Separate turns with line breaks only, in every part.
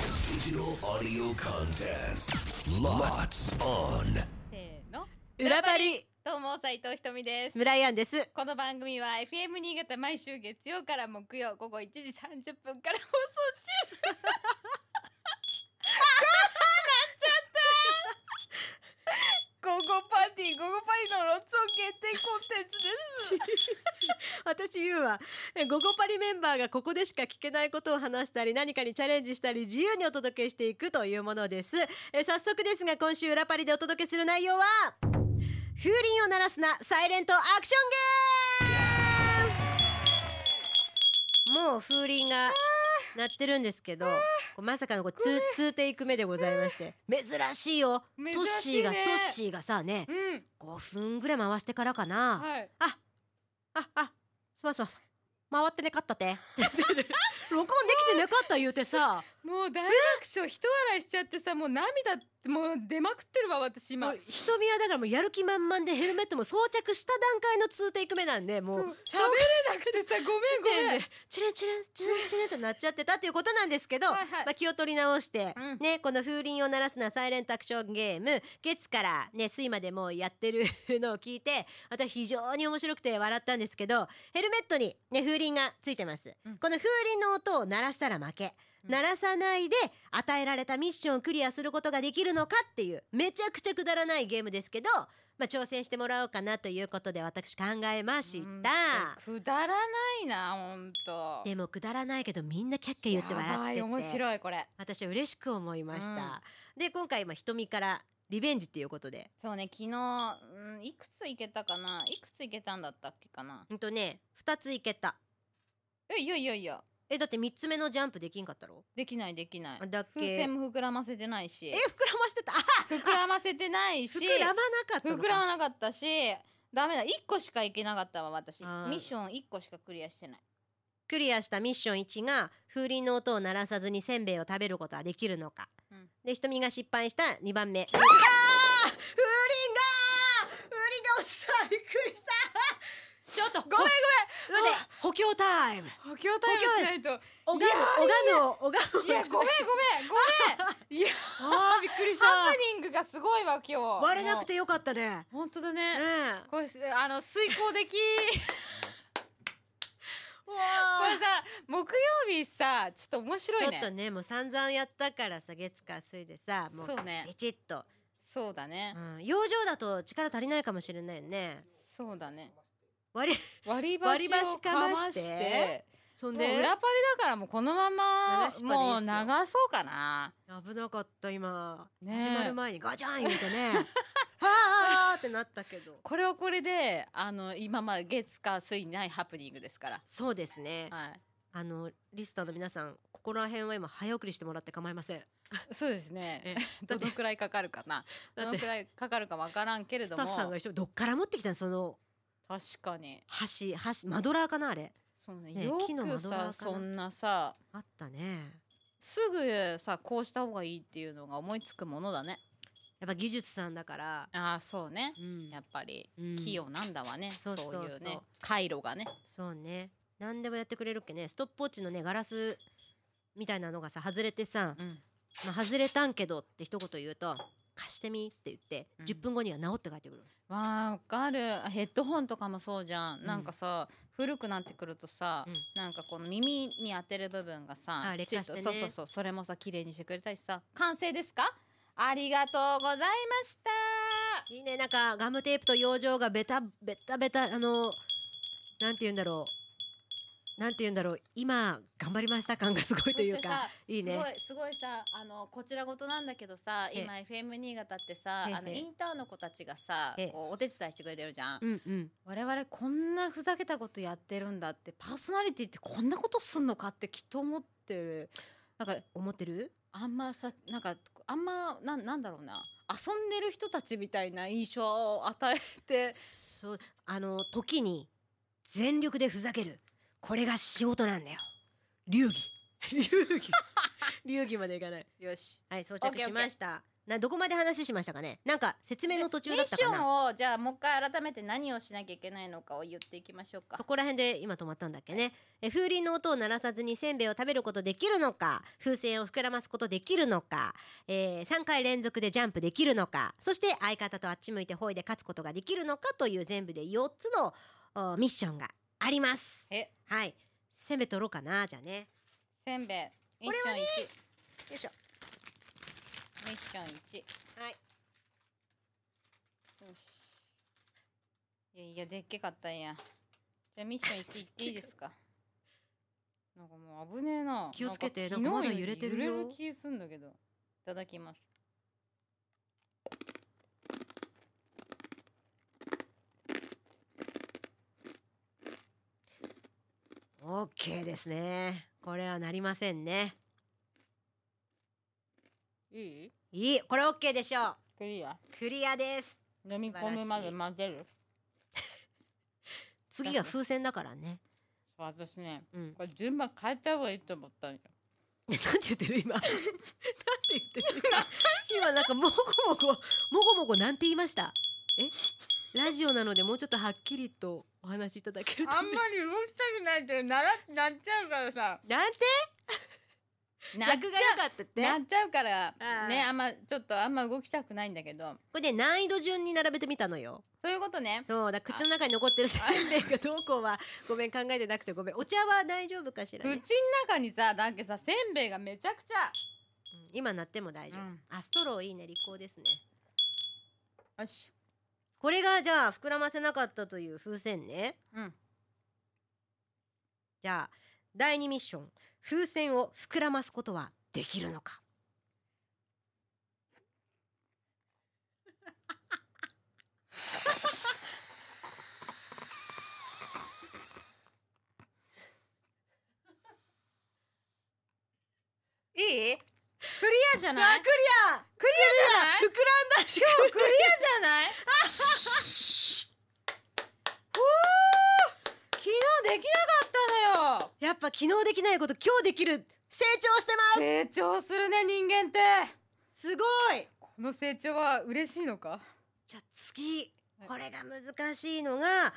Digital audio contest. Lots on.
せーの
裏パリ
どうも斉藤ひとみです
ムライアンです
この番組は FM 新潟毎週月曜から木曜午後1時30分から放送 中あーなっちゃった午後パーティー午後パリのロッツオ限定コンテンツです
私言うわえ「ゴゴパリ」メンバーがここでしか聞けないことを話したり何かにチャレンジしたり自由にお届けしていくというものですえ早速ですが今週裏パリでお届けする内容は風鈴を鳴らすなサイレントアクションゲームもう風鈴が鳴ってるんですけどこうまさかのこうツーツーテイク目でございまして珍しいよ
珍しいね
トッシーがトッシーがさね
うん
5分ぐらい回してからかな、
はい
あ、あ、あ、すまんすまん。回ってなかっ たて。録音できてなかった言うてさ、
もう大爆笑一笑いしちゃってさもう涙もう出まくってるわ私今
もう瞳はだからもうやる気満々でヘルメットも装着した段階の2テイク目なんで、もう
そう喋れなくてさごめんごめん
ね、チュレンチュレンチュレンチュレンってなっちゃってたっていうことなんですけど、
はいはい
まあ、気を取り直して、
うん
ねこの風鈴を鳴らすなサイレントアクションゲーム月からね水までもうやってるのを聞いて私非常に面白くて笑ったんですけどヘルメットにね風鈴がついてます、
うん
この風鈴の音を鳴らしたら負け
うん
鳴らさないで与えられたミッションをクリアすることができるのかっていうめちゃくちゃくだらないゲームですけど、まあ、挑戦してもらおうかなということで私考えました。
うんくだらないなほんと
でもくだらないけどみんなキャッキャ言って笑ってて
やばい面白いこれ
私は嬉しく思いました、で今回まあ瞳からリベンジっていうことで
そうね昨日、うん、いくついけたかないくついけたんだったっけかな
うんとね2ついけた
えいやいやいや
えだって3つ目のジャンプできんかったろ
できないできない
だっけ
風船も膨らませてないし
え膨らましてたあ
膨らませてないし
膨らまなかったのか
膨らまなかったしダメだ1個しかいけなかったわ私ミ
あー
ッション1個しかクリアしてない
クリアしたミッション1が風鈴の音を鳴らさずにせんべいを食べることはできるのか、
うん
で瞳が失敗した2番目あー風鈴が風鈴が落ちたびっくりしたちょっと
ごめんごめん
待って補強タイム
補強タイムしないと
拝む拝むを拝むを
いやごめんごめん ごめんいや
あーびっくりし
ハプ
た
ニングがすごいわ今日
割れなくてよかったね
もう本当だ
ねえ
ねこれあの遂行でき これさ木曜日さちょっと面白
ち
い
ょ
ね
っとねもう散々やったからさ月火水でさもう
そうね
ビチッと、
そうだね
う、ん、養生だと力足りないかもしれないよね
そうだね
割れ
割り箸を
割り箸
か
かま
ま
して
して
そん
もう裏パリだからもうこのまま
流しっぱ
もう
で
流
いいっすよ
そうかな
危なかった今、
ねえ
始まる前にガチャン言う てねはーってなったけど
これはこれであの今まで月火水ないハプニングですから
そうですね
はい
あのリスターの皆さんここら辺は今早送りしてもらって構いません
そうですね
え
ど
だって
のくらいかかるかな
だ
どの
って
くらいかかるかわからんけれ
ス
ど
タ
も
ッフさんが一緒にどっから持ってきたのその
確かに
箸箸マドラーかなあれ
そうね
ね
よ
木の
く
窓側か
さ
な
そんなさ
あったね
すぐさこうした方がいいっていうのが思いつくものだね
やっぱ技術さんだから、
ああそうね
うん
やっぱり
うん
器用なんだわね、そ
そううそうそう
いうね回路がね
そうね何でもやってくれるっけねストップウォッチのねガラスみたいなのがさ外れてさ
う、ん
まあ、外れたんけどって一言言うと貸してみって言って、
うん
10分後には治って帰ってくる
わかるヘッドホンとかもそうじゃん、
うん
なんかさ古くなってくるとさ、
うん
なんかこの耳に当てる部分がさ
あ劣化してね
ちょっとそうそうそうそれもさ綺麗にしてくれたりさ完成ですかありがとうございました
いいねなんかガムテープと養生がベタベタベタあのなんて言うんだろうなんて言うんだろう今頑張りました感がすごいという
そしてさ
かいいね
すごいすごいさあのこちらごとなんだけどさ
ええ
今 FM 新潟ってさ
ええ
あのインターンの子たちがさ
ええ
こうお手伝いしてくれてるじゃん
うんうん
我々こんなふざけたことやってるんだってパーソナリティってこんなことすんのかってきっと思ってるなんか
思ってる
あんまさなんかあんまなんなんだろうな遊んでる人たちみたいな印象を与えて
そうあの時に全力でふざけるこれが仕事なんだよ 流儀流儀流儀までいかない
よし
はい装
オッ
着
ケー
しましたなどこまで話しましたかねなんか説明の途中だったか
ミッショ
な
ンをじゃあもう一回改めて何をしなきゃいけないのかを言っていきましょうか
そこら辺で今止まったんだっけねえ風鈴の音を鳴らさずにせんべいを食べることできるのか風船を膨らますことできるのか、え3回連続でジャンプできるのかそして相方とあっち向いてほいで勝つことができるのかという全部で4つのおミッションがあります
え
はいせんべい取ろうかなじゃあね
せんべいミッ
これ
ショ
は
ン1
ねよいしょ
ミッション1
はい
よしいやいやでっけかったんやじゃあミッション1いっていいですかなんかもう危ねえな
気をつけて
昨日
なんかまだ
より
揺れてるよ
揺れる気すんだけどいただきます
オッケーですねこれはなりませんね
いい
いいこれオッケーでしょう
クリア
クリアです
飲み込むまで
素晴らしい
混ぜる
次が風船だからね
そう私ね
うん
これ順番変えた方がいいと思ったんよ
えなんて言ってる今なんて言ってる今今なんかもごもごもごもごなんて言いましたえラジオなのでもうちょっとはっきりとお話しいただけると
あんまり動きたくないってならなっちゃうからさ
なんて
なっ
楽
ち
が良
ゃ
かったっ
う
て
なっちゃうから
ー
ねあんまちょっとあんま動きたくないんだけど
これで難易度順に並べてみたのよ
そういうことね
そうだ口の中に残ってるせんべいがどうこうはごめん考えてなくてごめんお茶は大丈夫かしら、
口
ね
の、中にさだっけさせんべいがめちゃくちゃ
うん今なっても大丈夫、
うん
あストローいいね利口ですね
よし
これがじゃあ膨らませなかったという風船ね
うん
じゃあ第2ミッション風船を膨らますことはできるのか
いいクリアじゃ
さ
ない
あク
ク
リア
リアじゃない
膨らんだしかも
クリアじゃないおー昨日できなかったのよ
やっぱ昨日できないこと今日できる成長してます
成長するね人間って
すごい
この成長は嬉しいのか
じゃあ次
はい
これが難しいのが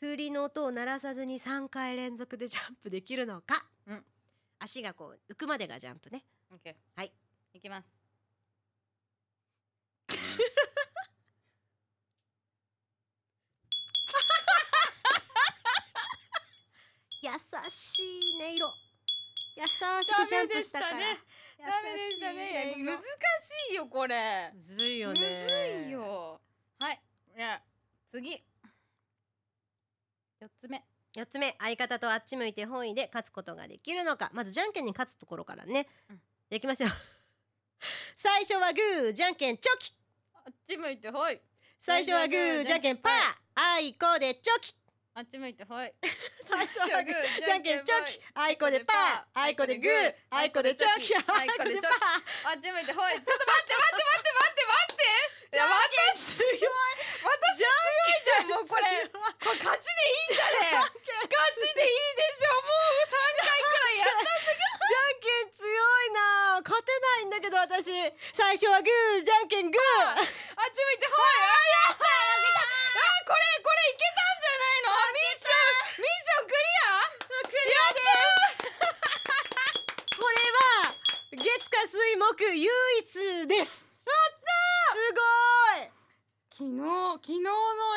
風鈴の音を鳴らさずに3回連続でジ ャンプできるのか、
うん
足がこう浮くまでがジャンプね
OK
はい
いきます
優しい音色優しくジャンプしたから
ダメでダメでしたね
優しい
難
音
しいよこれ
色むずいよ
む
ね
ずいよはいいや次四つ目
4つ目相方とあっち向いて本位で勝つことができるのかまずじゃんけんに勝つところからね、
うん
できますよ 最初はグーじゃんけんチョキ
あっち向いてほい
最初はグーじゃんけんパーあいこでチョキ
あっち向いてほい
最初はグーじゃんけんチョキあいこでパーあいこでグーあいこでチョキあいこでパ
あ
ー
っち向いてほいちょっと待って待って待って待って待ってい
じゃ
や
ん
ま
けん強い
私強いじゃんもうこれこれ勝ちでいいんじゃね え勝ちでいいでしょもう三回くらいやった
じゃんけん強いな勝てないんだけど私最初はグーじゃんけんグー
あっち向いてほいあーやったやったあーこれこれいけたんじゃないのミッションミッションクリアクリ
これは月火水木唯一ですやったすごい
ア昨日昨日の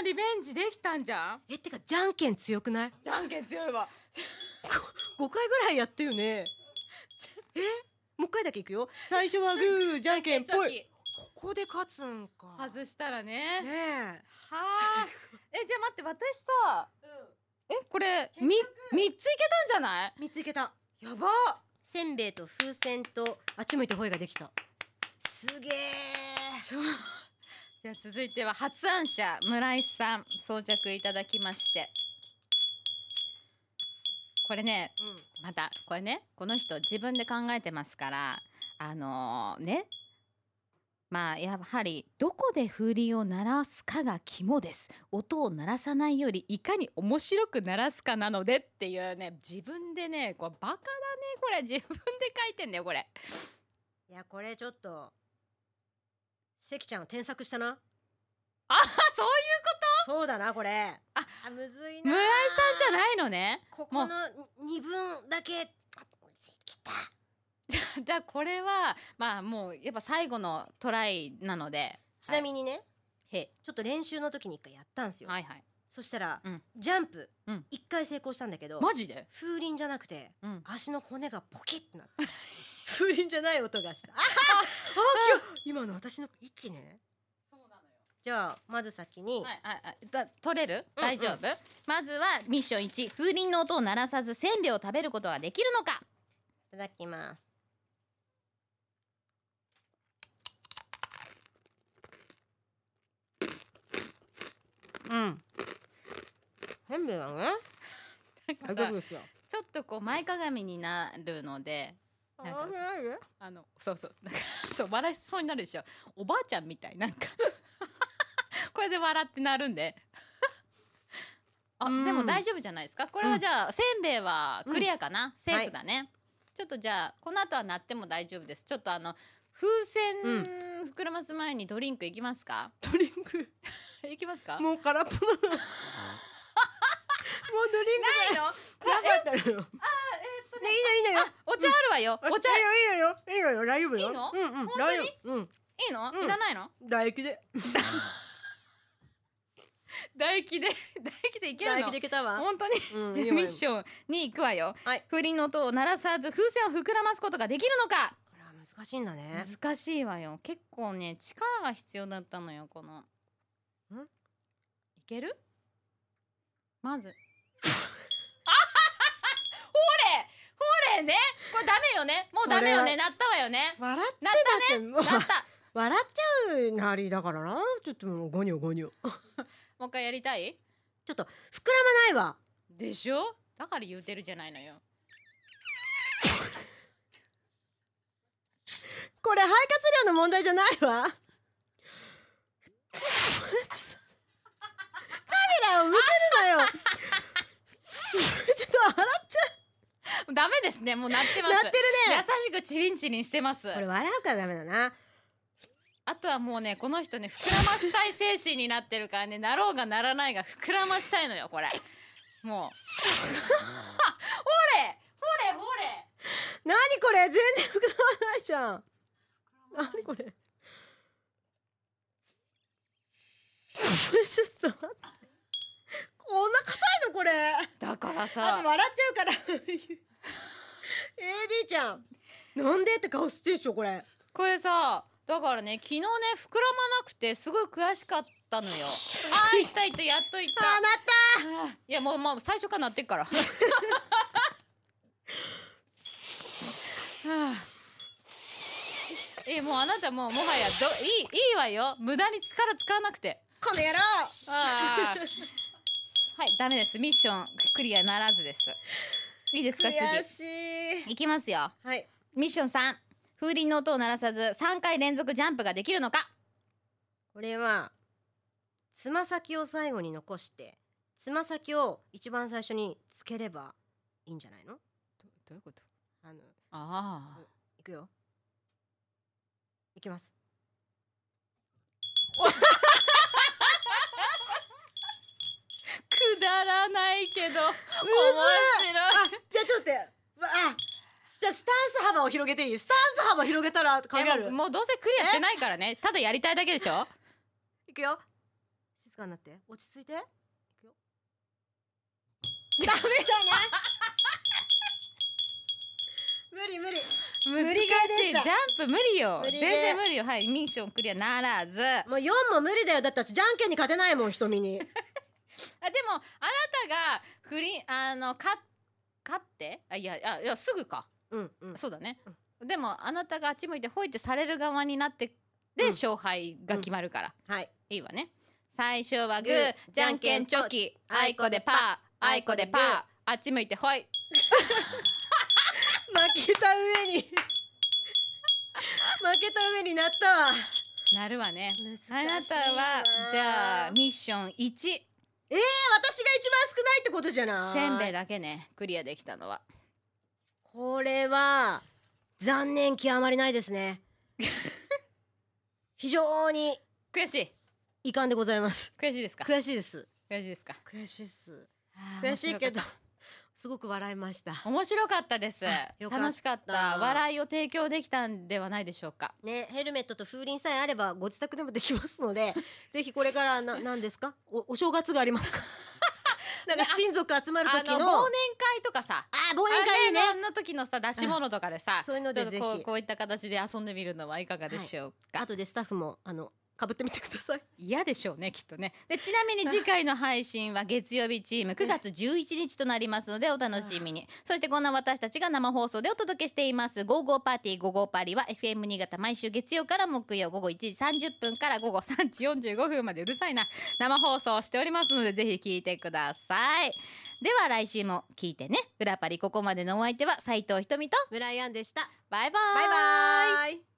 リベンジできたんじゃん
えってかじゃんけん強くない
じゃんけん強いわ
5回ぐらいやってよねえもう一回だけいくよ最初はグーじゃんけんぽいここで勝つんかね
外したらね
え
はあえじゃあ待って私さえこれみ三ついけたんじゃない
3ついけた
やば
せんべいと風船とあっち向いてほいができたすげえ
じゃあ続いては発案者村井さん装着いただきましてこれね
うん
またこれねこの人自分で考えてますからあのねまあやはりどこで風鈴を鳴らすかが肝です音を鳴らさないよりいかに面白く鳴らすかなのでっていうね自分でねこれバカだねこれ自分で書いてんだよこれ
いやこれちょっと関ちゃんは添削したな
そういう
そうだなこれ
あ
むずいな
村井さんじゃないのね
ここの二分だけ関田
じゃあこれはまあもうやっぱ最後のトライなので
ちなみにね
へ
ちょっと練習の時に一回やったんですよ
はいはい
そしたら
うん
ジャンプ
うん
一回成功したんだけど
マジで
風鈴じゃなくて
うん
足の骨がポキッてなった 風鈴じゃない音がしたあははあ今日今の私の息ね
そうなのよ
じゃあまず先に、
はいはいはいだ取れる
うんうん
大丈夫、まずはミッション1風鈴の音を鳴らさず千両を食べることはできるのか
いただきます。うん。せんべいはね、大丈夫ですよ。
ちょっとこう前かがみになるのでなんか
あないで
あのそうそうなんか そう笑いそうになるでしょおばあちゃんみたいなんか これで笑ってなるんであ
うん
でも大丈夫じゃないですかこれはじゃあ、せんべいはクリアかな、セーフだね、ちょっとじゃあこの後は鳴っても大丈夫ですちょっとあの風船膨らます前にドリンクいきますか、
ドリ ンク、
いきますか
もう空っぽなの。もうドリン
ないよ
クなかったのよ。ね、いいの
と
いいのよ。
お茶あるわよ、お茶
いいのよいいのよいいのよ大丈夫よ。
いいの
うんうん
本当に
大丈夫。うん
いいの、
うん
いらないの
唾液で
唾液で唾液でいける
唾液
の
でいけたわ。
本当に
うん
じゃあミッションに行くわよ、
はい
風鈴の音を鳴らさず風船を膨らますことができるのか
これは難しいんだね。
難しいわよ結構ね力が必要だったのよこの
ん
いけるま ずあはははほれほれねこれダメよねもうダメよね
これ
なったわよね
笑って
なっ
だってもう
たなった
笑っちゃうなりだからなちょっともうゴニョゴニョちょ
もう一回やりたい
っと膨らまないわ
でしょだから言うてるじゃないのよ
これ肺活量の問題じゃないわカメラを向け るなよちょっと笑っちゃ
ダメですねもうなってま
う
す
なってるね
優しくチリンチリンしてます
これ笑うからダメだな
あとはもうねこの人ね膨らましたい精神になってるからねなろうがならないが膨らましたいのよこれもう ほれほれほれ
何これ全然膨らまないじゃん何これちょっと待ってこんな硬いのこれ
だから
あ
さ
と笑っちゃうから AD ちゃんなんでって顔してるでしょこれ
これさだからね昨日ね膨らまなくてすごい悔しかったのよあーいったいったやっといっ
あなった
いやもうもう最初からなってっ からはあえもうあなたもうもはやどいいいいわよ無駄に力使わなくて
たこの野郎
あーはいダメですミッションクリアならずですいいですか
悔
次
しい
いきますよ
はい
ミッション3風鈴の音を鳴らさず3回連続ジャンプができるのか
これはつま先を最後に残してつま先を一番最初につければいいんじゃないの
どどういうこと
あの
あ
いくよいきます
あくだらないけど面
む
白い
じゃあちょっと待ってわあじゃあスタンス幅を広げていいスタンス幅広げたら考え
いやも
る
うもうどうせクリアしてないからねただやりたいだけでしょ
いくよ静かになって落ち着いていくよダ メだな無理無理
無
理ゲーでした
ジャンプ無理よ
無理
全
ゲー
然無理よはいミッションクリアならずあでも
もう4も無理だよだって私じゃんけんに勝てないもん瞳に
あなたがフリあのか勝ってあいやあいやすぐか
うんうん
そうだね、でもあなたがあっち向いてほいってされる側になってで、
うん
勝敗が決まるから、
はい
いいわね最初はグ
グ
ー
ー
じゃんけんチョキ
じゃん
あ
けん
いこでパー
あ
あい
い
こ
こ
で
で
パ
パ
ー
ー
あっち向いてほい
負けた上 に負けた上になったわ
なるわね
難しい
あなたはじゃあミッション1
私が一番少ないってことじゃない
せんべいだけねクリアできたのは
これは残念極まりないですね非常に
悔しい
遺憾でございます
悔しいですか
悔しいです
悔しいですか
悔しいっす
あー
悔しいけ
面白
ど
かっ
すごく笑いました
た面白かったです
あよかった
楽しかった笑いを提供できたんではないでしょうか
ねヘルメットと風鈴さえあればご自宅でもできますの でぜひこれからな何ですかおお正月がありま すかなんか親族集まる
あ
時
の忘年
の
会とかさ
あ忘年会いいね
あれの時のさ出し物とかでさ、
そういうので
ち
ぜ
ょっ
ひ
とこうこういった形で遊んでみるのはいかがでしょうか、
あとでスタッフもあの被ってみてく ださい
嫌でしょうねきっとねでちなみ に次回の配信は月曜日チーム9月11日となりますのでお楽しみにそしてこんな私たちが生放送でお届けしています「ゴーゴーパーティーゴーゴーパーリ」は FM 新潟毎週月曜から木曜午後1時30分から午後3時45分までうるさいな生放送をしておりますのでぜひ聞いてくださいでは来週も聞いてね「裏パリ」ここまでのお相手は斉藤ひとみと
ブライアンでした
バイバーイ
バイバイ